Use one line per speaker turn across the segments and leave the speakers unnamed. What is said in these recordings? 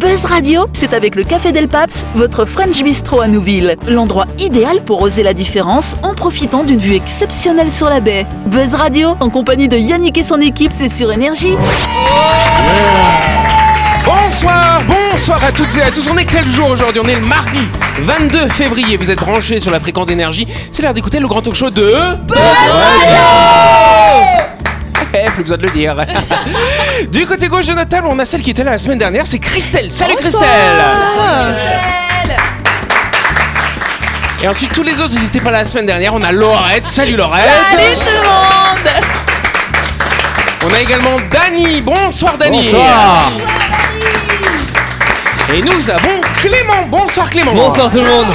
Buzz Radio, c'est avec le Café Del Paps, votre French Bistro à Nouville. L'endroit idéal pour oser la différence en profitant d'une vue exceptionnelle sur la baie. Buzz Radio, en compagnie de Yannick et son équipe, c'est sur Énergie.
Bonsoir, bonsoir à toutes et à tous. On est quel jour aujourd'hui On est le mardi 22 février. Vous êtes branchés sur la fréquente énergie. C'est l'heure d'écouter le grand talk show de. Eh, plus besoin de le dire. du côté gauche de notre table, on a celle qui était là la semaine dernière, c'est Christelle. Salut Christelle Et ensuite, tous les autres, ils n'étaient pas là la semaine dernière. On a Laurette. Salut Laurette
Salut tout le monde
On a également Dany. Bonsoir Dany.
Bonsoir.
Et nous avons Clément. Bonsoir Clément.
Bonsoir tout le monde.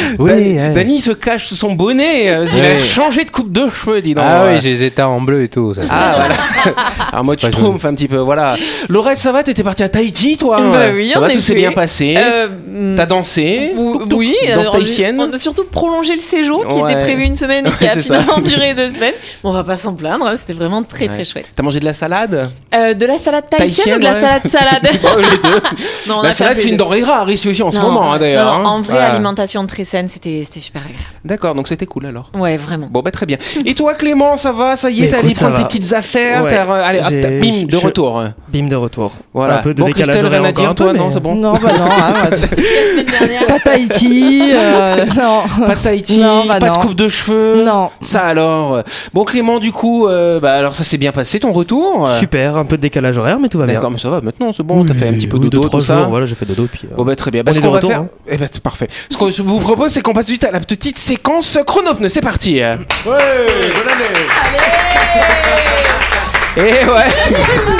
Oui, ouais.
Dany se cache sous son bonnet. euh, Il a
Ouais.
changé de coupe de cheveux, dis donc.
Ah
Euh,
oui, j'ai les états en bleu et tout. Ça.
Ah voilà. En mode
C'est pas
schtroumpf un petit peu, voilà. Laurette, ça va T'étais partie à Tahiti, toi
Bah oui,
ça
en
va, tout
effet.
s'est bien passé.
Euh,
T'as dansé
ou- Oui,
Danse
alors, on-
tahitienne.
On a surtout prolongé le séjour qui
Ouais.
était prévu une semaine et qui
Ouais,
a
c'est ça.
finalement duré deux semaines. Bon, on va pas s'en plaindre, hein, c'était vraiment très très chouette.
T'as mangé de la salade
Euh, de la salade tahitienne ou de la
Tahitienne,
salade salade Non, on
La
a pas
Bah, salade,
fait
c'est une
de-
denrée rare ici aussi en ce
Non,
moment, hein,
non,
d'ailleurs.
non,
hein.
En vraie
Voilà.
alimentation très saine, c'était c'était super agréable.
D'accord, donc c'était cool alors.
Ouais, vraiment.
Bon, bah très bien. Et toi, Clément, ça va Ça y est,
Mais
t'es allé
écoute, ça
prendre tes
va.
petites affaires
Ouais.
t'as re- Allez, hop,
J'ai-
t'as- bim, de
je-
retour.
Bim de retour.
Voilà.
Un peu de
bon,
décalage
Christelle, rien
horaire
à
encore
dire,
un
toi,
peu,
non
mais-
C'est bon
Non, bah non, hein, bah,
La semaine dernière,
pas Tahiti, euh, non,
Pas de Tahiti,
Non, bah
pas de
non.
coupe de cheveux.
non.
Ça alors. euh, Bon, Clément, du coup, euh, bah alors ça s'est bien passé ton retour
Super, un peu de décalage horaire, mais tout va bien.
D'accord, mais ça va maintenant, c'est bon,
Oui,
t'as fait un petit peu
oui,
de
deux,
dodo,
trois
tout ça.
jours, Voilà, j'ai fait dodo, puis. euh,
Bon, bah très bien. Bah,
On
ce
est de
qu'on va
retour,
faire.
hein.
Eh ben, c'est parfait. Ce que je vous propose, c'est qu'on passe du à la petite séquence chronopneu. C'est parti Ouais, bonne année Et ouais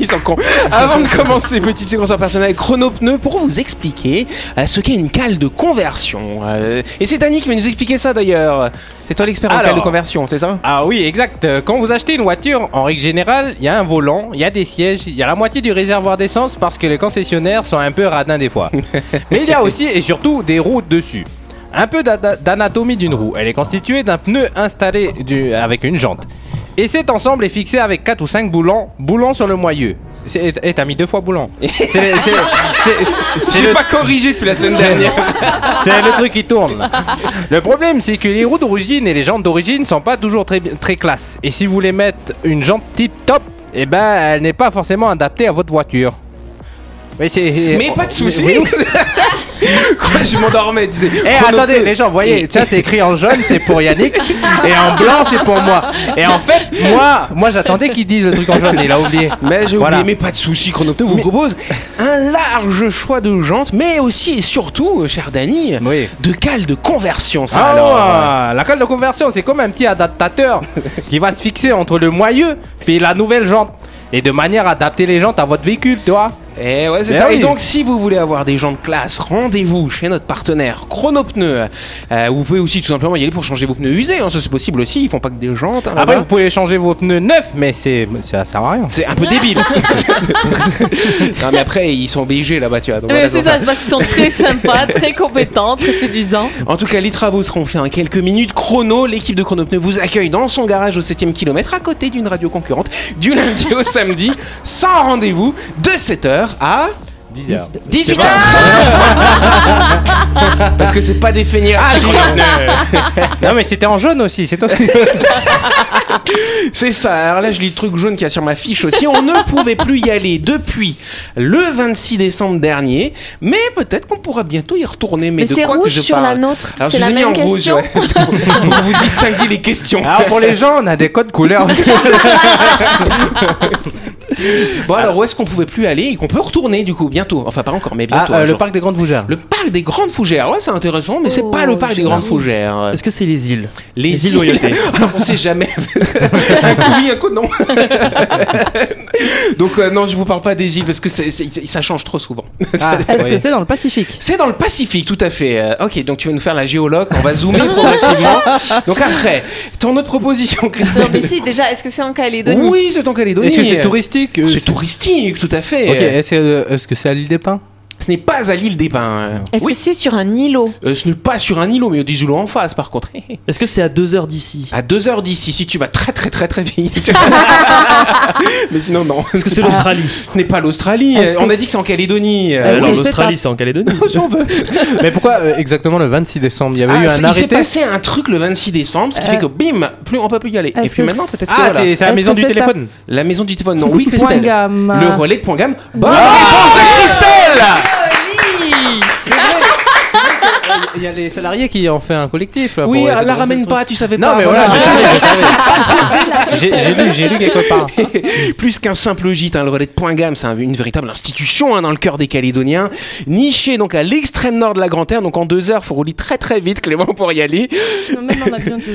Ils sont cons. Avant de commencer, petite séquence en partenariat avec Chronopneu pour vous expliquer euh, ce qu'est une cale de conversion. Euh, Et c'est Dany qui va nous expliquer ça d'ailleurs. C'est toi l'expert en
Alors.
cale de conversion, c'est ça
Ah oui, exact. Euh, Quand vous achetez une voiture, en règle générale, il y a un volant, il y a des sièges, il y a la moitié du réservoir d'essence parce que les concessionnaires sont un peu radins des fois. Mais il y a aussi et surtout des roues dessus. Un peu d'ana- d'anatomie d'une roue. Elle est constituée d'un pneu installé du- avec une jante. Et cet ensemble est fixé avec 4 ou 5 boulons, boulons sur le moyeu. C'est- Et t'as mis deux fois boulon. C'est c'est- c'est- c'est- c'est
J'ai
le-
pas corrigé depuis la semaine dernière.
c'est le truc qui tourne. Le problème, c'est que les roues d'origine et les jantes d'origine sont pas toujours très, très classe. Et si vous voulez mettre une jante type top, eh ben, elle n'est pas forcément adaptée à votre voiture. Mais, c'est-
Mais pas de soucis
oui.
Quoi, je m'endormais, disais.
Eh attendez les gens, vous voyez, ça c'est écrit en jaune, c'est pour Yannick, et en blanc c'est pour moi. Et en fait, moi, moi j'attendais qu'il dise le truc en jaune, il a oublié.
Mais j'ai
Ah, Voilà.
oublié, mais pas de souci, Chronopneu vous propose un large choix de jantes, mais aussi et surtout, euh, cher Dany,
Oui.
de cales de conversion, ça
Ah,
alors. euh,
la colle de conversion, c'est comme un petit adaptateur qui va se fixer entre le moyeu et la nouvelle jante. Et de manière à adapter les jantes à votre véhicule, tu vois.
Eh ouais, c'est
Eh
ça.
oui.
Et donc, si vous voulez avoir des jantes classe, rendez-vous chez notre partenaire Chronopneu. Euh, vous pouvez aussi tout simplement y aller pour changer vos pneus usés, hein, ça c'est possible aussi, ils font pas que des jantes. hein,
Après,
là-bas.
vous pouvez changer vos pneus neufs, mais c'est ça sert à rien.
C'est un peu débile. non, mais après, ils sont obligés là-bas, tu vois. donc voilà,
Ouais, c'est
pour ça.
ça, c'est parce qu'ils sont très sympas, très compétents, très séduisants.
En tout cas, les travaux seront faits en quelques minutes. Chrono, l'équipe de Chronopneu vous accueille dans son garage au 7ème kilomètre à côté d'une radio concurrente du lundi au samedi, sans rendez-vous, de 7h à
euh.
18h. Parce que c'est pas des feignasses. chez Chronopneu.
non, mais c'était en jaune aussi, c'est toi.
C'est ça. Alors là, je lis le truc jaune qu'il y a sur ma fiche aussi. On ne pouvait plus y aller depuis le 26 décembre dernier, mais peut-être qu'on pourra bientôt y retourner. Mais,
Mais
de
c'est
quoi que
rouge
je
sur la
parle
nôtre,
Alors,
c'est
je
la
vous ai mis
même
en rouge,
question.
ouais, pour vous distinguer les questions.
Alors pour les gens, on a des codes couleurs.
Ah, euh, Bon alors où est-ce qu'on pouvait plus aller et qu'on peut retourner du coup bientôt Enfin pas encore mais
Ah,
bientôt.
euh,
un
le
jour.
parc des Grandes Fougères.
Le parc des grandes fougères, ouais c'est intéressant mais c'est
Oh,
pas le parc des
je
grandes
sais.
fougères.
Est-ce que c'est les îles
Les
les îles
îles
Loyauté.
Alors, on sait jamais. un coup oui, un coup non. Donc euh, non je vous parle pas des îles parce que c'est- c'est- ça change trop souvent.
Ah,
Est-ce
oui.
que c'est dans le Pacifique
C'est dans le Pacifique, tout à fait. Euh, ok, donc tu vas nous faire la géologue, on va zoomer progressivement. Donc après, ton autre proposition,
Non,
Christophe.
mais si, déjà, est-ce que c'est en Calédonie
Oui, c'est en Calédonie.
Est-ce que c'est touristique touristique. euh,
C'est touristique, tout à fait.
Ok, est-ce euh, est-ce que c'est à l'île des Pins
Ce n'est pas à l'île des Pins.
Est-ce
Oui,
que c'est sur un îlot
euh, ce n'est pas sur un îlot, mais il y a des îlots en face, par contre.
Est-ce que c'est à deux heures d'ici
À 2h d'ici, si tu vas très très très très vite. mais sinon, non.
Est-ce que c'est l'Australie
Ce n'est pas l'Australie.
Est-ce
On
que
a dit que c'est en Calédonie.
Est-ce
Alors
que c'est
l'Australie, c'est en Calédonie.
Mais pourquoi euh, exactement le 26 décembre Il y avait
Ah,
eu
c'est-
un
il s'est
arrêté.
passé un truc le 26 décembre, ce qui
Euh,
fait que bim, plus on peut plus y aller. Et
est-ce
puis
que
maintenant, peut-être. que
Ah,
voilà.
c'est c'est la
Est-ce
maison
que
du
c'est pas-
téléphone.
La maison du téléphone. Non, oui,
Point
Christelle.
gamme.
Le relais de Bah, Poingam. Bonne
Oh, Ah,
réponse de Christelle
euh, Il y a les salariés qui en fait un collectif. Là,
Oui, ah, euh,
pour-
la ramène pas, Ah, tu savais pas.
Non, mais voilà, je savais, je savais. J'ai j'ai lu, j'ai lu quelque part.
Plus qu'un simple gîte, hein, le relais de Point Gamme, c'est un- une véritable institution hein, dans le cœur des Calédoniens. Niché donc à l'extrême nord de la Grande Terre, donc en deux heures, faut rouler très très vite, Clément, pour y aller.
Même en avion, tu-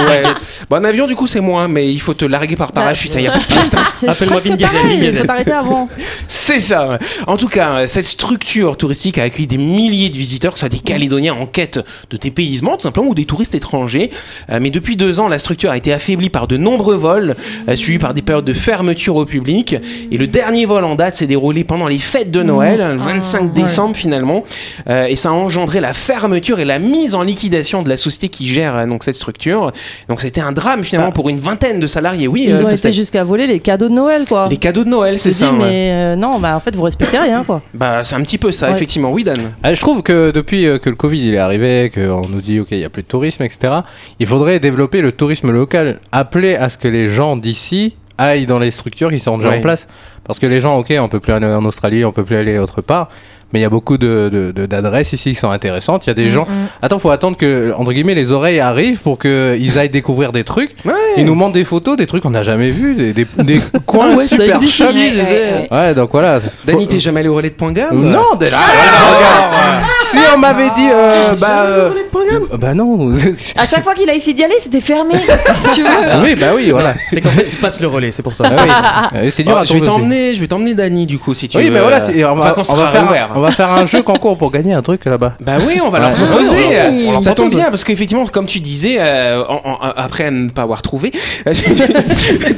Ouais. bon, en avion, du coup, c'est moins, mais il faut te larguer par parachute. hein, y a pas de piste, hein.
C'est
Appelle-moi
presque
Vin Diesel,
pareil,
Vin Diesel.
Faut t'arrêter avant.
C'est ça. En tout cas, euh, cette structure touristique a accueilli des milliers de visiteurs, que ce soit des Calédoniens en quête de dépaysement, tout simplement, ou des touristes étrangers. Euh, Mais depuis deux ans, la structure a été affaiblie par de nombreux vols, euh, suivis par des périodes de fermeture au public. Et le dernier vol en date s'est déroulé pendant les fêtes de Noël,
Mmh.
hein, le
Ah,
25 décembre finalement. Euh, Et ça a engendré la fermeture et la mise en liquidation de la société qui gère euh, donc cette structure. Donc c'était un drame finalement pour une vingtaine de salariés. Oui, euh,
Ah. Ils ont été
Christelle.
jusqu'à voler les cadeaux de Noël, quoi.
les cadeaux de Noël,
Je
c'est
me dis,
ça. ouais.
mais euh, non, bah en fait, vous respectez rien, quoi.
Bah, c'est un petit peu ça,
Ouais.
effectivement. Oui, Dan.
Ah, Je trouve que depuis euh, que le Covid il est arrivé, qu'on nous dit ok il n'y a plus de tourisme, etc. Il faudrait développer le tourisme local, appeler à ce que les gens d'ici aillent dans les structures qui sont déjà
Ouais.
en place, parce que les gens ok on peut plus aller en Australie, on peut plus aller autre part, mais il y a beaucoup de de- de- d'adresses ici qui sont intéressantes. Il y a des
Mm,
gens. Attends, faut attendre que entre guillemets les oreilles arrivent pour que ils aillent découvrir des trucs.
Ouais.
Ils nous montrent des photos, des trucs qu'on n'a jamais vus, des, des, des coins
Ah ouais, ça
super
existe
chocs.
aussi, je les ai.
Ouais, donc voilà.
Dani,
Faut-
t'es jamais allé au relais de point gamme
non, déjà. regarde. Si on m'avait dit, euh, bah, euh,
hein.
bah non.
À chaque fois qu'il a essayé d'y aller, c'était fermé. si tu veux.
oui, bah oui, voilà.
C'est qu'en fait, tu passes le relais, c'est pour ça.
Ah oui. Euh, C'est dur
Oh,
à
je vais
trouver aussi.
t'emmener, je vais t'emmener Dani du coup si tu
Oui,
veux.
bah voilà, c'est- on
Enfin,
va,
quand ce
on va
sera
faire,
ouvert.
un, on va faire un jeu concours pour gagner un truc là-bas.
Bah oui, on va
Ouais.
leur proposer.
Oui.
Euh,
On leur
Ça tombe
propose.
bien parce qu'effectivement, comme tu disais, euh, en- en- après à ne pas avoir trouvé,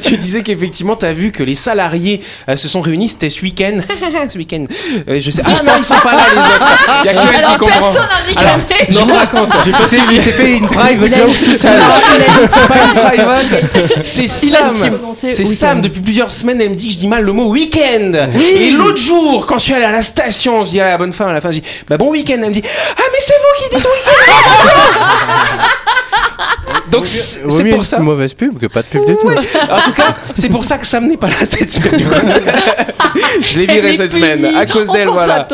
tu disais qu'effectivement, t'as vu que les salariés euh, se sont réunis. C'était ce week-end. ce week-end. Euh, je sais. Ah non, ils sont pas là les autres. Il y a que elle qui
Alors
comprend.
personne n'a
Alors,
ricané.
je vous raconte.
Il s'est fait une private joke tout seul.
C'est pas une private. C'est Sam. Ah, C'est
Oui,
Sam, depuis plusieurs semaines, elle me dit que je dis mal le mot week-end. Et l'autre jour, quand je suis allé à la station, je dis à la bonne femme à la fin, je dis bah bon week-end. Elle me dit ah mais c'est vous qui dites week-end. Donc c'est
Vaut
c'est
mieux
pour ça.
Une mauvaise pub que pas de pub du tout.
En tout cas, c'est pour ça que Sam n'est pas là cette semaine. du coup. je l'ai viré cette semaine à cause d'elle. Voilà.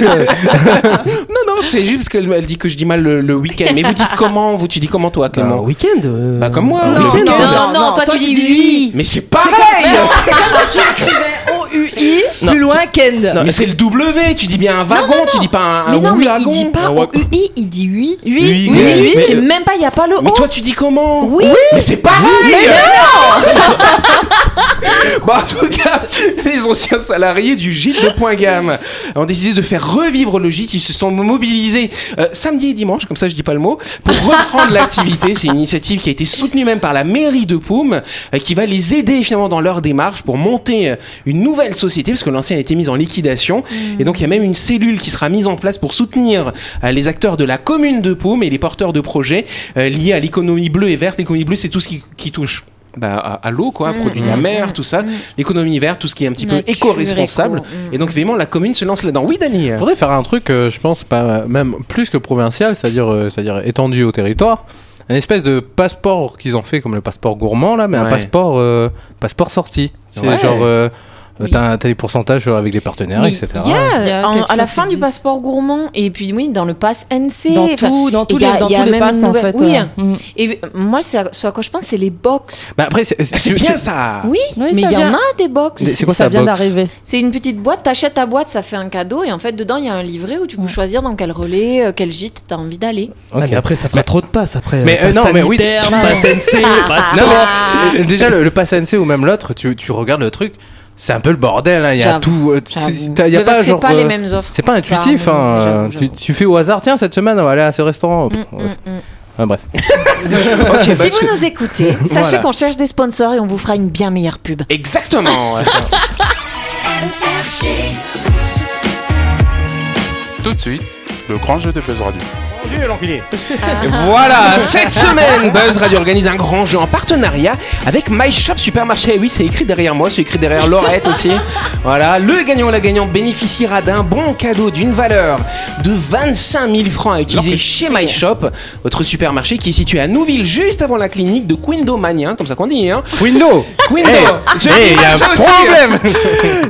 Non non, c'est juste parce qu'elle elle dit que je dis mal le, le week-end. Mais vous dites comment Vous tu dis comment toi
Un
Ah,
Clément
week-end euh,
Bah, comme moi,
un
le
week-end.
week-end.
Non, non, toi, tu dis oui.
Mais c'est pareil.
I, plus loin, Kend.
Mais c'est le W. Tu dis bien un wagon. Tu dis pas un, un
Mais non, mais il
wagon.
dit pas UI, il dit oui. Oui,
Oui,
oui,
mais-
oui,
mais-
c'est même pas, il n'y a pas le
Mais
O.
toi, tu dis comment
Oui.
Mais c'est pareil Bon, Bah, en tout cas, les anciens salariés du gîte de Point Gamme ont décidé de faire revivre le gîte. Ils se sont mobilisés euh, samedi et dimanche, comme ça je dis pas le mot, pour reprendre l'activité. C'est une initiative qui a été soutenue même par la mairie de Poum, euh, qui va les aider finalement dans leur démarche pour monter euh, une nouvelle société, parce que l'ancienne a été mise en liquidation. Et donc il y a même une cellule qui sera mise en place pour soutenir euh, les acteurs de la commune de Paume et les porteurs de projets euh, liés à l'économie bleue et verte. L'économie bleue, c'est tout ce qui, qui touche. Bah, à, à l'eau, quoi,
Mm,
produits de la mer, tout ça. L'économie verte, tout ce qui est un petit peu
Nature,
éco-responsable.
éco, mm.
Et donc, vraiment, la commune se lance là-dedans. Oui, Dani
faudrait faire un truc, euh, je pense, pas, même plus que provincial, c'est-à-dire euh, c'est-à-dire étendu au territoire. Un espèce de passeport qu'ils ont fait comme le passeport gourmand, là, mais un
Ouais.
passeport, euh, passeport sorti. C'est
Ouais.
genre. euh,
Oui.
T'as t'as des pourcentages euh, avec les partenaires,
Mais
etc.
il y a,
Il y a
en-
quelque
à la
chose
fin
qui
du
existe.
passeport gourmand, et puis oui, dans le pass NC.
Dans
enfin,
tout, dans tous
il y a-
les, dans
il y a
tous les
même
passes,
une
en
nouvelle-
fait.
oui.
euh, mm.
Et euh, moi, c'est à- ce à quoi je pense, c'est les box.
Bah après, c'est
Ah,
C'est
tu-
bien
tu-
ça
Oui, mais il
ça
y en
vient-
a des box.
Mais c'est quoi
Ça
ça
vient
box
d'arriver.
C'est une petite boîte, t'achètes ta boîte, ça fait un cadeau, et en fait, dedans, il y a un livret où tu peux choisir dans quel relais, euh, quel gîte t'as envie d'aller.
Ok.
Ah, mais après, ça fera trop de passes. Après,
Mais, euh,
passe
non, mais oui.
sanitaire, passe NC, passe-
Non, mais,
Ah.
euh, déjà, le, le pass ANC ou même l'autre, tu, tu regardes le truc, c'est un peu le bordel. hein, Il y
J'avoue,
a tout. euh,
J'avoue.
c'est- t'as- il y a
Mais
pas
parce que
genre,
c'est pas les
euh,
mêmes offres.
C'est pas intuitif.
mais
hein,
c'est- j'avoue,
tu, tu fais au hasard, tiens, cette semaine, on va aller à ce restaurant.
j'avoue. Mm, mm, mm.
Enfin, Ah, bref.
Ok,
si
bah,
vous nous écoutez, sachez
Voilà.
qu'on cherche des sponsors et on vous fera une bien meilleure pub.
Exactement. ouais.
Tout de suite, le grand jeu de Buzz Radio.
voilà, cette semaine, Buzz Radio organise un grand jeu en partenariat avec My Shop Supermarché. Et Oui, c'est écrit derrière moi, c'est écrit derrière Laurette aussi. Voilà, le gagnant ou la gagnante bénéficiera d'un bon cadeau d'une valeur de 25 000 francs à utiliser chez My Shop, votre supermarché qui est situé à Nouville, juste avant la clinique de Quindomanie, hein, comme ça qu'on dit. Hein.
Windows
Quindo Je dis
Hey, Eh, y a
pas
un
ça aussi.
problème.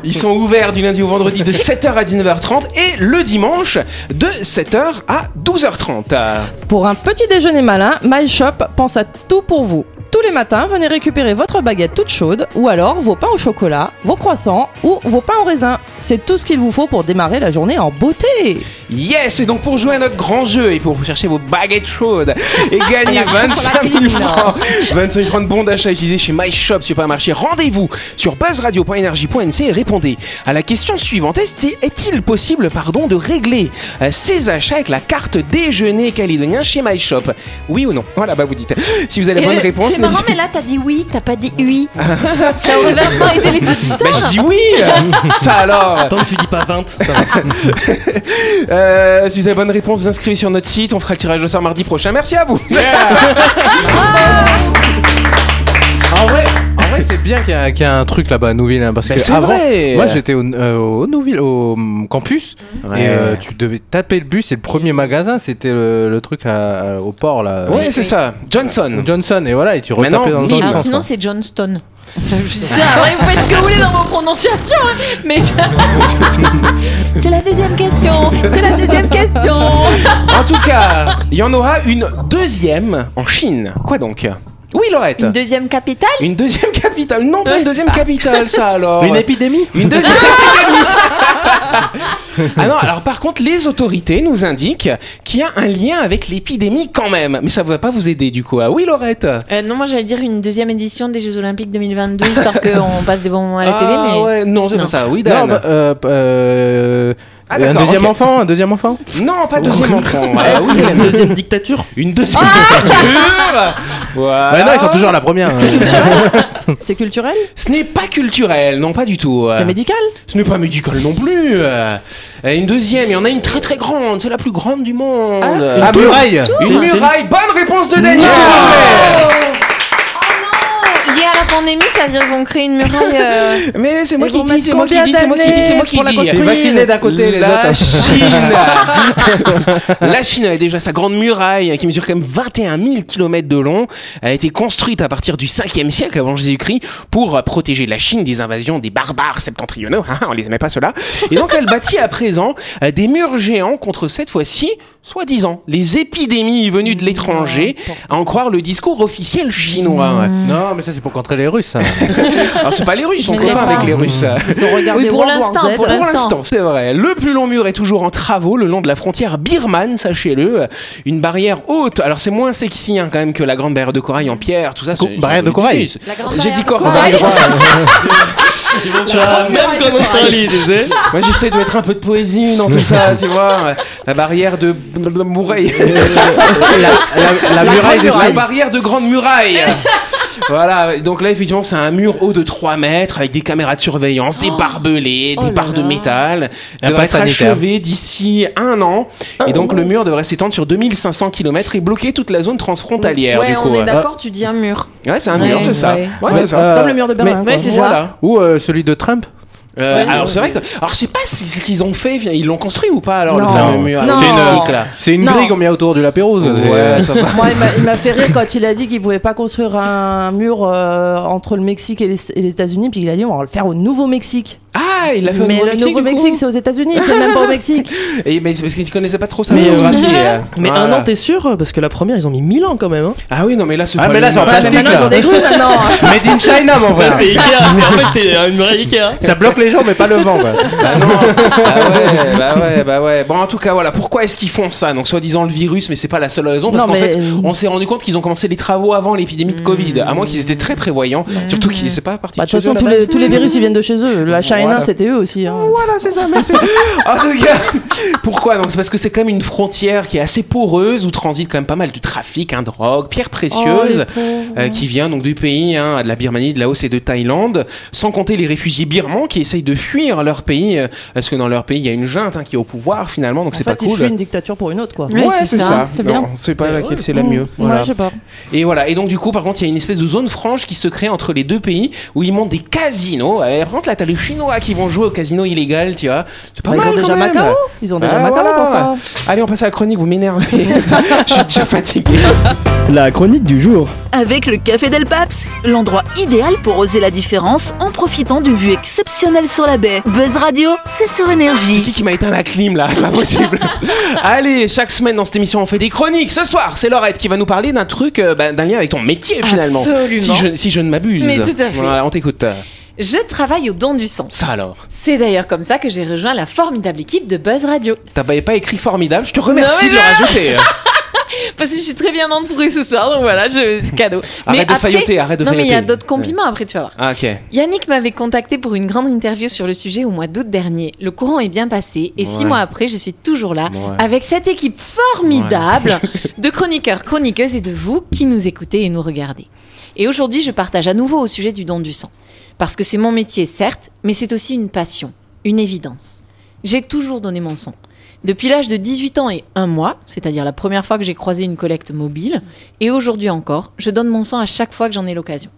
Ils sont ouverts du lundi au vendredi de 7h à 19h30 et le dimanche de 7h à 12h30. Euh,
Pour un petit déjeuner malin, My Shop pense à tout pour vous. Tous les matins, venez récupérer votre baguette toute chaude ou alors vos pains au chocolat, vos croissants ou vos pains au raisin. C'est tout ce qu'il vous faut pour démarrer la journée en beauté.
Yes, et donc pour jouer à notre grand jeu et pour chercher vos baguettes chaudes et gagner 25 000 francs, 25 000 francs de bons d'achat utilisés chez My Shop Supermarché, rendez-vous sur buzzradio.energie.nc et répondez à la question suivante. Est- Est-il possible pardon, de régler euh, ses achats avec la carte déjeuner calédonien chez My Shop Oui ou non Voilà, bah vous dites. Si vous avez la bonne
Et, euh,
réponse,
C'est marrant,
n'hésitez-
mais là, t'as dit oui, t'as pas dit oui. Ça aurait vachement aidé les auditeurs.
Bah, je dis oui Ça alors
Tant que tu dis pas 20, ça va.
Euh, Si vous avez bonne réponse, vous inscrivez sur notre site, on fera le tirage au sort mardi prochain. Merci à vous
En vrai, en vrai c'est bien qu'il y, a- qu'il y a un truc là-bas à Nouville. hein, parce
Mais
que
c'est
avant,
vrai.
Moi, j'étais au, euh, au Nouville, au mm, campus.
Mhm. Ouais.
Et euh, tu devais taper le bus. Et le premier magasin, c'était le, le truc à- à- au port là.
Ouais, c'est ça, Johnson
Johnson. Et voilà, et tu
Maintenant,
retapais dans le
Lille.
sens.
Alors Ah, sinon,
quoi.
c'est Johnston. C'est vrai, vous faites ce que vous voulez dans vos prononciations, hein, mais c'est la deuxième question. C'est la deuxième question.
En tout cas, il y en aura une deuxième en Chine. Quoi donc Oui, Laurette
Une deuxième capitale.
Une deuxième capitale Non, pas
Ouais,
une deuxième capitale, ça alors
Une épidémie
Une deuxième épidémie Ah non, alors par contre, les autorités nous indiquent qu'il y a un lien avec l'épidémie quand même. Mais ça ne va pas vous aider du coup. Ah oui, Laurette
Euh, non, moi j'allais dire une deuxième édition des Jeux Olympiques 2022, histoire qu'on passe des bons moments à la
ah,
télé. Mais
ouais, non, c'est
Non.
pas ça. Oui,
Non,
Dan.
bah, euh, euh,
Ah,
un
d'accord,
deuxième
ok.
enfant, un deuxième enfant.
Non,
Oh.
pas deuxième enfant. Ah,
Ah
oui,
oui, une deuxième dictature.
une deuxième
Ah
culture voilà.
Bah non, ils sont toujours à la première. hein.
C'est culturel
Ce n'est pas culturel, non, pas du tout. euh.
C'est médical
Ce n'est pas médical non plus. Euh, Une deuxième, il y en a une très très grande, c'est la plus grande du monde. Euh,
La muraille.
une
C'est-
muraille, bonne réponse de Daniel.
Oh, Lié à la pandémie, ça veut dire qu'ils vont créer une muraille. euh,
Mais c'est moi
Mais
qui
vont
dis,
mettre
c'est moi qui dis, c'est moi qui dis, c'est moi qui
pour la
dis.
Les
construire
vaccinés d'un côté, les
la
autres.
Chine La Chine avait déjà sa grande muraille hein, qui mesure quand même 21 000 km de long. Elle a été construite à partir du 5e siècle avant Jésus-Christ pour euh, protéger la Chine des invasions des barbares septentrionaux. Hein, on les aimait pas ceux-là. Et donc elle bâtit à présent euh, des murs géants contre cette fois-ci, soi-disant, les épidémies venues de l'étranger, à en croire le discours officiel chinois. ouais.
Non, mais ça c'est pour contrer les Russes. hein. ça.
Alors c'est pas les Russes, ils sont
Mmh. Je me Mmh.
copains
dirais
avec
pas.
les Russes.
Ils ont regardé
Oui, pour
World War
l'instant,
Z.
pour
Pour l'instant, c'est vrai. Le plus long mur est toujours en travaux le long de la frontière birmane, sachez-le. Une barrière haute. Alors c'est moins sexy hein, quand même que la grande barrière de corail en pierre, tout ça. c'est-
Co- barrière Bah, de corail.
c'est-
La grande
J'ai dit
barrière
corail.
de corail.
Tu vois, même comme en Australie, tu sais.
Moi j'essaie de mettre un peu de poésie dans tout ça, tu vois. La barrière de muraille.
La, la muraille des
La barrière de grande muraille. Voilà, donc là effectivement c'est un mur haut de 3 mètres avec des caméras de surveillance, des barbelés,
Oh
des
là
barres de
là.
métal.
Un
devrait
pass
être
sanitaire.
achevé d'ici un an.
Ah
Et donc le mur devrait s'étendre sur 2500 km et bloquer toute la zone transfrontalière
ouais,
du coup.
on est
Ouais,
d'accord, tu dis un mur.
c'est un
Ouais,
mur, c'est ça.
ouais.
Ouais, c'est ça.
Euh,
C'est comme le mur de Berlin.
mais-
quoi.
mais c'est
Voilà.
Ou euh, celui de Trump.
Euh,
Ouais.
alors c'est vrai que alors je sais pas si ce qu'ils ont fait, ils l'ont construit ou pas alors le
Non.
fameux mur
Non.
avec le cycle, là.
C'est une
Non.
grille qu'on met autour du l'apéro. ça, c'est-
Ouais, ça va.
Moi, il m'a- il m'a fait rire quand il a dit qu'il pouvait pas construire un mur euh, entre le Mexique et les, et les États-Unis, puis il a dit on va le faire au Nouveau-Mexique.
Ah, il l'a fait au
Mais le
Nouveau-Mexique. du coup
Nouveau-Mexique, c'est aux États-Unis, c'est même pas au Mexique.
Et- Mais c'est parce que tu connaissais pas trop sa
Mais, euh,
géographie. euh.
Mais un
Voilà.
an, t'es sûr Parce que la première, ils ont mis 1000 ans quand même. hein.
Ah oui, non mais là c'est
Ah,
pas
mais
le
là, c'est en
mur.
Ouais, mais
plastique,
maintenant,
là.
ils ont des grues maintenant. hein.
Made in China, mon frère.
C'est Ikea. c'est- En fait, c'est une muraille Ikea.
Ça bloque les gens, mais pas le vent. quoi.
Bah non, bah ouais, bah ouais, bah ouais. Bon, en tout cas, voilà. Pourquoi est-ce qu'ils font ça Donc, soi-disant le virus, mais c'est pas la seule raison. Parce
Non,
qu'en
mais-
fait, on s'est rendu compte qu'ils ont commencé les travaux avant l'épidémie de Covid. À moins qu'ils étaient très prévoyants. Surtout qu'ils, c'est pas parti
Bah, De
de
toute
chez eux,
façon,
à la
tous
base.
les, tous les virus, ils viennent de chez eux. Le H1N1,
Voilà.
c'est VTE aussi. hein.
Voilà, c'est ça, merci. en tout cas, pourquoi Donc, c'est parce que c'est quand même une frontière qui est assez poreuse où transite quand même pas mal du trafic, hein, drogue, pierres
Oh,
précieuses, euh, qui vient donc du pays, hein, de la Birmanie, de Laos et de Thaïlande, sans compter les réfugiés birmans qui essayent de fuir leur pays, euh, parce que dans leur pays, il y a une junte hein, qui est au pouvoir finalement, donc
En
c'est
fait,
pas
il
cool.
fuit une dictature pour une autre, quoi.
Ouais, c'est ça,
c'est
Non,
bien.
on sait pas
C'est-
laquelle c'est la
Mmh.
mieux. Voilà.
Ouais, je sais pas.
Et voilà. Et donc, du coup, par contre, il y a une espèce de zone franche qui se crée entre les deux pays où ils montent des casinos. Et par contre, là, t'as les Chinois qui vont jouer au casino illégal, tu vois. C'est pas
Bah, ils
mal
ont
quand
déjà
même.
Macao. Ils ont déjà
Ah,
Macao hein.
voilà.
pour ça.
Allez, on passe à la chronique, vous m'énervez. Je suis déjà fatigué.
La chronique du jour.
Avec le Café Del Paps, l'endroit idéal pour oser la différence en profitant d'une vue exceptionnelle sur la baie. Buzz Radio, c'est sur
C'est
énergie.
qui qui m'a éteint la clim là C'est pas possible. Allez, chaque semaine dans cette émission, on fait des chroniques. Ce soir, c'est Laurette qui va nous parler d'un truc, euh, bah, d'un lien avec ton métier finalement.
Absolument.
Si je, si je ne m'abuse.
Mais tout à fait.
Voilà, on t'écoute.
Je travaille au don du sens.
Ça alors.
C'est d'ailleurs comme ça que j'ai rejoint la formidable équipe de Buzz Radio.
T'as pas pas écrit formidable, je te remercie
Non, mais
de le rajouter.
Parce que je suis très bien entourée ce soir, donc voilà, je... c'est cadeau.
Arrête de failloter, arrête de
Non, mais il y a
failloter.
d'autres compliments après, tu vas voir.
Ah, ok.
Yannick m'avait contacté pour une grande interview sur le sujet au mois d'août dernier. Le courant est bien passé et six
Ouais.
mois après, je suis toujours là
Ouais.
avec cette équipe formidable de chroniqueurs, chroniqueuses et de vous qui nous écoutez et nous regardez. Et aujourd'hui, je partage à nouveau au sujet du don du sang. Parce que c'est mon métier, certes, mais c'est aussi une passion, une évidence. J'ai toujours donné mon sang. Depuis l'âge de 18 ans et un mois, c'est-à-dire la première fois que j'ai croisé une collecte mobile, et aujourd'hui encore, je donne mon sang à chaque fois que j'en ai l'occasion.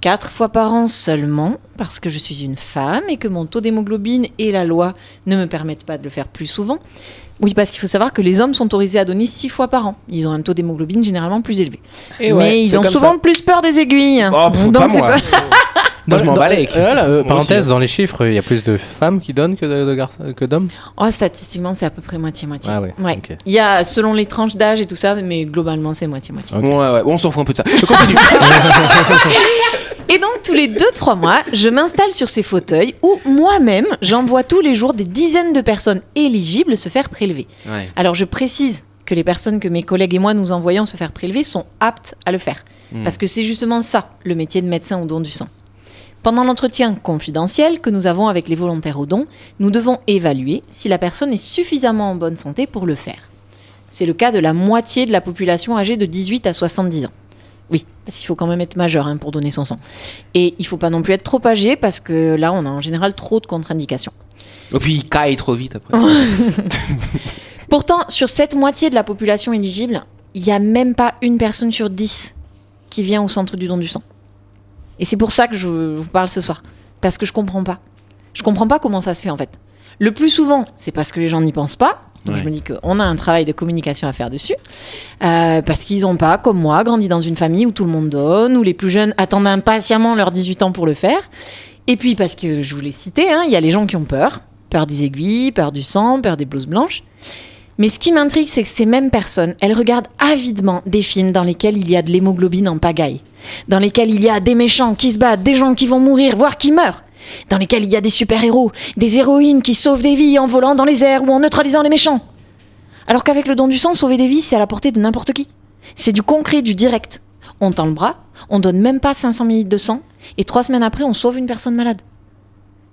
Quatre fois par an seulement, parce que je suis une femme et que mon taux d'hémoglobine et la loi ne me permettent pas de le faire plus souvent. Oui, parce qu'il faut savoir que les hommes sont autorisés à donner six fois par an. Ils ont un taux d'hémoglobine généralement plus élevé.
Et
Mais
ouais, c'est
ils ont
comme
souvent
ça.
plus peur des aiguilles.
Oh, pff,
hein. Donc
pas
c'est
moi.
pas-
Moi, je
Dans-
m'en
dans-
bats les couilles.
euh, voilà, euh,
Moi aussi.
parenthèse, dans les chiffres, il y a plus de femmes qui donnent que de, de garçons que d'hommes.
Oh, statistiquement, c'est à peu près moitié-moitié.
Ah ouais, ok.
Il y a selon les tranches d'âge et tout ça, mais globalement, c'est moitié-moitié.
Ok.
Ouais, ouais, on s'en fout un peu de ça. Je Continue.
Et donc, tous les 2-3 mois, je m'installe sur ces fauteuils où moi-même, j'envoie tous les jours des dizaines de personnes éligibles se faire prélever.
Ouais.
Alors, je précise que les personnes que mes collègues et moi nous envoyons se faire prélever sont aptes à le faire. Parce que c'est justement ça, le métier de médecin au don du sang. Pendant l'entretien confidentiel que nous avons avec les volontaires au don, nous devons évaluer si la personne est suffisamment en bonne santé pour le faire. C'est le cas de la moitié de la population âgée de 18 à 70 ans. Oui, parce qu'il faut quand même être majeur hein, pour donner son sang. Et il faut pas non plus être trop âgé parce que là, on a en général trop de contre-indications.
Et puis, il caille trop vite après.
Pourtant, sur cette moitié de la population éligible, il n'y a même pas une personne sur dix qui vient au centre du don du sang. Et c'est pour ça que je vous parle ce soir. Parce que je comprends pas. Je comprends pas comment ça se fait en fait. Le plus souvent, c'est parce que les gens n'y pensent pas. Donc
Ouais.
Je me dis qu'on a un travail de communication à faire dessus. Euh, parce qu'ils n'ont pas, comme moi, grandi dans une famille où tout le monde donne, où les plus jeunes attendent impatiemment leurs 18 ans pour le faire. Et puis parce que je vous l'ai cité, hein, il y a les gens qui ont peur. Peur des aiguilles, peur du sang, peur des blouses blanches. Mais ce qui m'intrigue, c'est que ces mêmes personnes, elles regardent avidement des films dans lesquels il y a de l'hémoglobine en pagaille, dans lesquels il y a des méchants qui se battent, des gens qui vont mourir, voire qui meurent, dans lesquels il y a des super-héros, des héroïnes qui sauvent des vies en volant dans les airs ou en neutralisant les méchants. Alors qu'avec le don du sang, sauver des vies, c'est à la portée de n'importe qui. C'est du concret, du direct. On tend le bras, on donne même pas 500 ml de sang, et trois semaines après, on sauve une personne malade.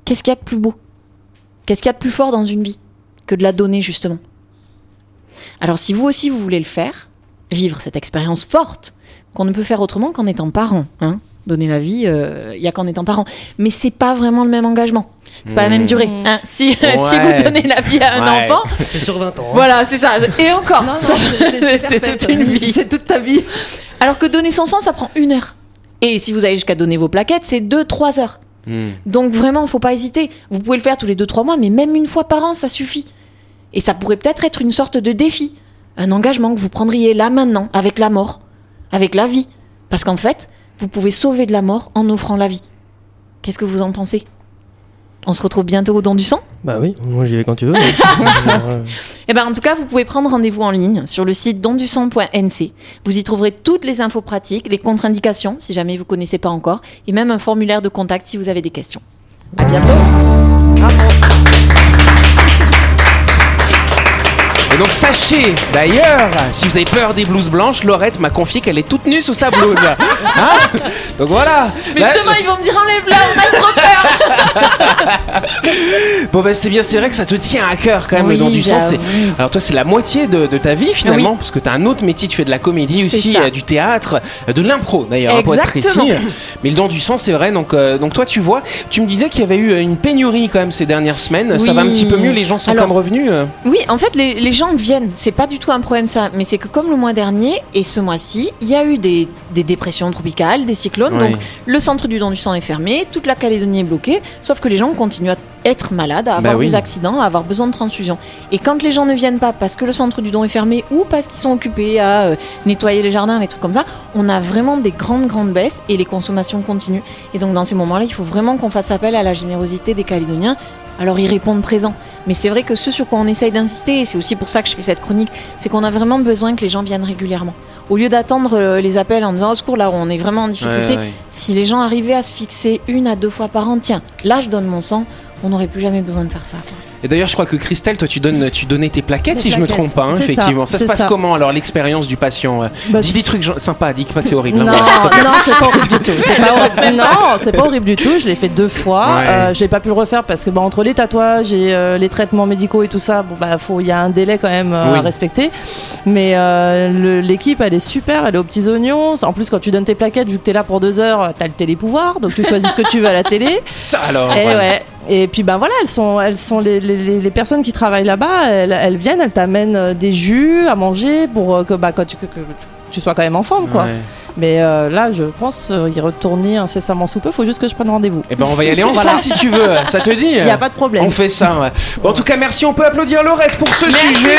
Qu'est-ce qu'il y a de plus beau Qu'est-ce qu'il y a de plus fort dans une vie que de la donner, justement alors si vous aussi vous voulez le faire, vivre cette expérience forte qu'on ne peut faire autrement qu'en étant parent, hein. Donner la vie, euh, il y a qu'en étant parent. Mais c'est pas vraiment le même engagement. C'est pas la même durée. hein. Si, si vous
Hmm. Ouais.
donnez la vie à un
Ouais.
enfant,
C'est sur 20 ans. hein.
voilà, c'est ça. Et encore,
Non, non,
ça-
c'est- c'est- c'est
c'est toute
perpète.
une vie.
C'est toute ta vie.
Alors que donner son sang, ça prend une heure. Et si vous allez jusqu'à donner vos plaquettes, c'est deux, trois heures.
Hmm.
Donc vraiment, faut pas hésiter. Vous pouvez le faire tous les 2-3 mois, mais même une fois par an, ça suffit. Et ça pourrait peut-être être une sorte de défi, un engagement que vous prendriez là maintenant, avec la mort, avec la vie. Parce qu'en fait, vous pouvez sauver de la mort en offrant la vie. Qu'est-ce que vous en pensez On se retrouve bientôt au don du sang
Bah oui, moi j'y vais quand tu veux. euh,
Eh ben, en tout cas, vous pouvez prendre rendez-vous en ligne sur le site dondusang.nc. Vous y trouverez toutes les infos pratiques, les contre-indications si jamais vous connaissez pas encore, et même un formulaire de contact si vous avez des questions. À bientôt.
Et Donc sachez d'ailleurs, si vous avez peur des blouses blanches, Laurette m'a confié qu'elle est toute nue sous sa blouse. Hein Donc voilà.
Mais
Là-
justement, ils vont me dire enlève-la, on a trop peur.
Bon ben c'est bien, c'est vrai que ça te tient à cœur quand même
Oui,
dans du sens. c'est-
j'avoue.
Alors toi c'est la moitié de, de ta vie finalement, parce que t'as un autre métier, tu fais de la comédie
C'est
aussi,
ça.
euh, du théâtre, euh, de l'impro d'ailleurs, hein, pour être précis.
Exactement.
Mais le don du sens c'est vrai, donc, euh, donc toi tu vois, tu me disais qu'il y avait eu euh, une pénurie quand même ces dernières semaines, ça
Oui.
va un petit peu mieux, les gens sont
Alors-
quand même revenus. euh.
Oui, en fait, les, les gens viennent. C'est pas du tout un problème ça, mais c'est que comme le mois dernier et ce mois-ci, il y a eu des, des dépressions tropicales, des cyclones.
Oui.
oh, Donc le centre du don du sang est fermé, toute la Calédonie est bloquée. Sauf que les gens continuent à être malades, à avoir
Bah oui.
des accidents, à avoir besoin de transfusion. Et quand les gens ne viennent pas parce que le centre du don est fermé ou parce qu'ils sont occupés à euh, nettoyer les jardins, les trucs comme ça, on a vraiment des grandes grandes baisses et les consommations continuent. Et donc dans ces moments-là, il faut vraiment qu'on fasse appel à la générosité des Calédoniens. Alors ils répondent présents. Mais c'est vrai que ce sur quoi on essaye d'insister, et c'est aussi pour ça que je fais cette chronique, c'est qu'on a vraiment besoin que les gens viennent régulièrement. Au lieu d'attendre euh, les appels en disant au secours, là on est vraiment en difficulté, si les gens arrivaient à se fixer une à deux fois par an, tiens, là je donne mon sang, on n'aurait plus jamais besoin de faire ça.
Et d'ailleurs je crois que Christelle, toi tu, donnes, tu donnais tes plaquettes
Mes
si je me
plaquettes.
trompe pas, hein,
C'est ça,
effectivement. Ça, se
c'est
passe
ça.
comment alors l'expérience du patient euh
Bah,
Dis des trucs gen- sympas, dis pas que c'est horrible.
Non,
hein,
non,
voilà, ça-
c'est pas horrible du tout. C'est pas horrible. Non, c'est pas horrible du tout. Je l'ai fait deux fois.
Ouais.
Euh, j'ai pas pu le refaire parce que bah, entre les tatouages et euh, les traitements médicaux et tout ça, bon bah faut, il y a un délai quand même euh,
Oui.
à respecter. Mais euh, le- l'équipe, elle est super. Elle est aux petits oignons. En plus, quand tu donnes tes plaquettes, vu que t'es là pour deux heures, t'as le télépouvoir, donc tu choisis ce que tu veux à la télé.
Ça alors
Et
voilà.
Eh ouais. Et puis ben voilà, elles sont, elles sont les, les- les- les personnes qui travaillent là-bas, elles, elles viennent, elles t'amènent euh, des jus à manger pour euh, que bah quand tu, que- que tu sois quand même en forme quoi.
Ouais.
Mais euh, là, je pense euh, y retourner incessamment sous peu. Faut juste que je prenne rendez-vous.
Eh ben on va y aller ensemble
Voilà.
si tu veux, ça te dit
Il n'y a pas de problème.
On fait ça. ouais. Bon, en tout cas, merci. On peut applaudir Laurette pour ce sujet.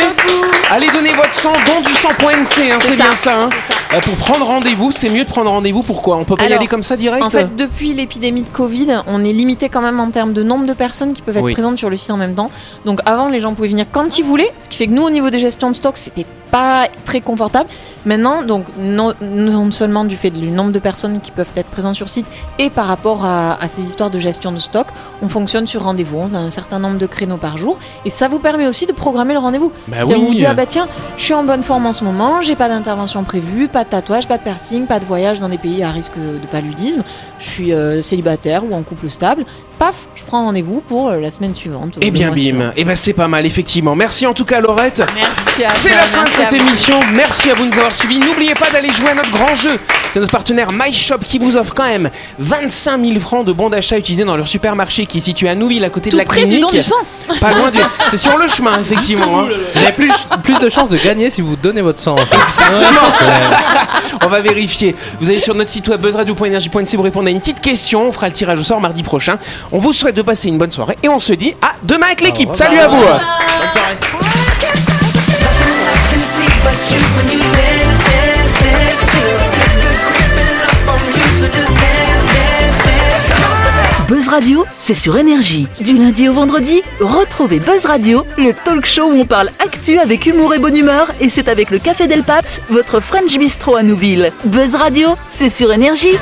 Allez donner votre sang, don du sang.nc, hein,
C'est
c'est
ça,
bien ça. hein. Euh, pour prendre rendez-vous, c'est mieux de prendre rendez-vous. Pourquoi On peut pas y
Alors,
aller comme ça direct
En fait, depuis l'épidémie de Covid, on est limité quand même en termes de nombre de personnes qui peuvent être
Oui.
présentes sur le site en même temps. Donc avant, les gens pouvaient venir quand ils voulaient, ce qui fait que nous, au niveau des gestions de stock, c'était pas très confortable. Maintenant, donc non, non seulement du fait du nombre de personnes qui peuvent être présentes sur site et par rapport à, à ces histoires de gestion de stock, on fonctionne sur rendez-vous. On a un certain nombre de créneaux par jour et ça vous permet aussi de programmer le rendez-vous.
Bah
Si on vous dit, ah bah tiens, je suis en bonne forme en ce moment, j'ai pas d'intervention prévue, pas de tatouage, pas de piercing, pas de voyage dans des pays à risque de paludisme, je suis euh, célibataire ou en couple stable, paf, je prends rendez-vous pour euh, la semaine suivante.
Eh
le
bien,
mois
bim. Eh ben, c'est pas mal, effectivement. Merci en tout cas, Laurette.
Merci à
C'est
toi,
la fin de
merci à
cette
vous.
émission. Merci à vous de nous avoir suivis. N'oubliez pas d'aller jouer à notre grand jeu. C'est notre partenaire MyShop qui vous offre quand même 25 000 francs de bons d'achat utilisés dans leur supermarché qui est situé à Nouville à côté
Tout
de la
près du
clinique.
don du sang
Pas loin du. C'est sur le chemin, effectivement. hein.
Vous avez plus, plus de chances de gagner si vous donnez votre sang. en fait.
On va vérifier. Vous allez sur notre site web buzzradio.energie.nc pour répondre à une petite question. On fera le tirage au sort mardi prochain. On vous souhaite de passer une bonne soirée et on se dit à demain avec l'équipe. Salut à vous.
Buzz Radio, c'est sur énergie. Du lundi au vendredi, retrouvez Buzz Radio, le talk show où on parle actu avec humour et bonne humeur. Et c'est avec le Café Del Paps, votre French Bistro à Nouville. Buzz Radio, c'est sur énergie.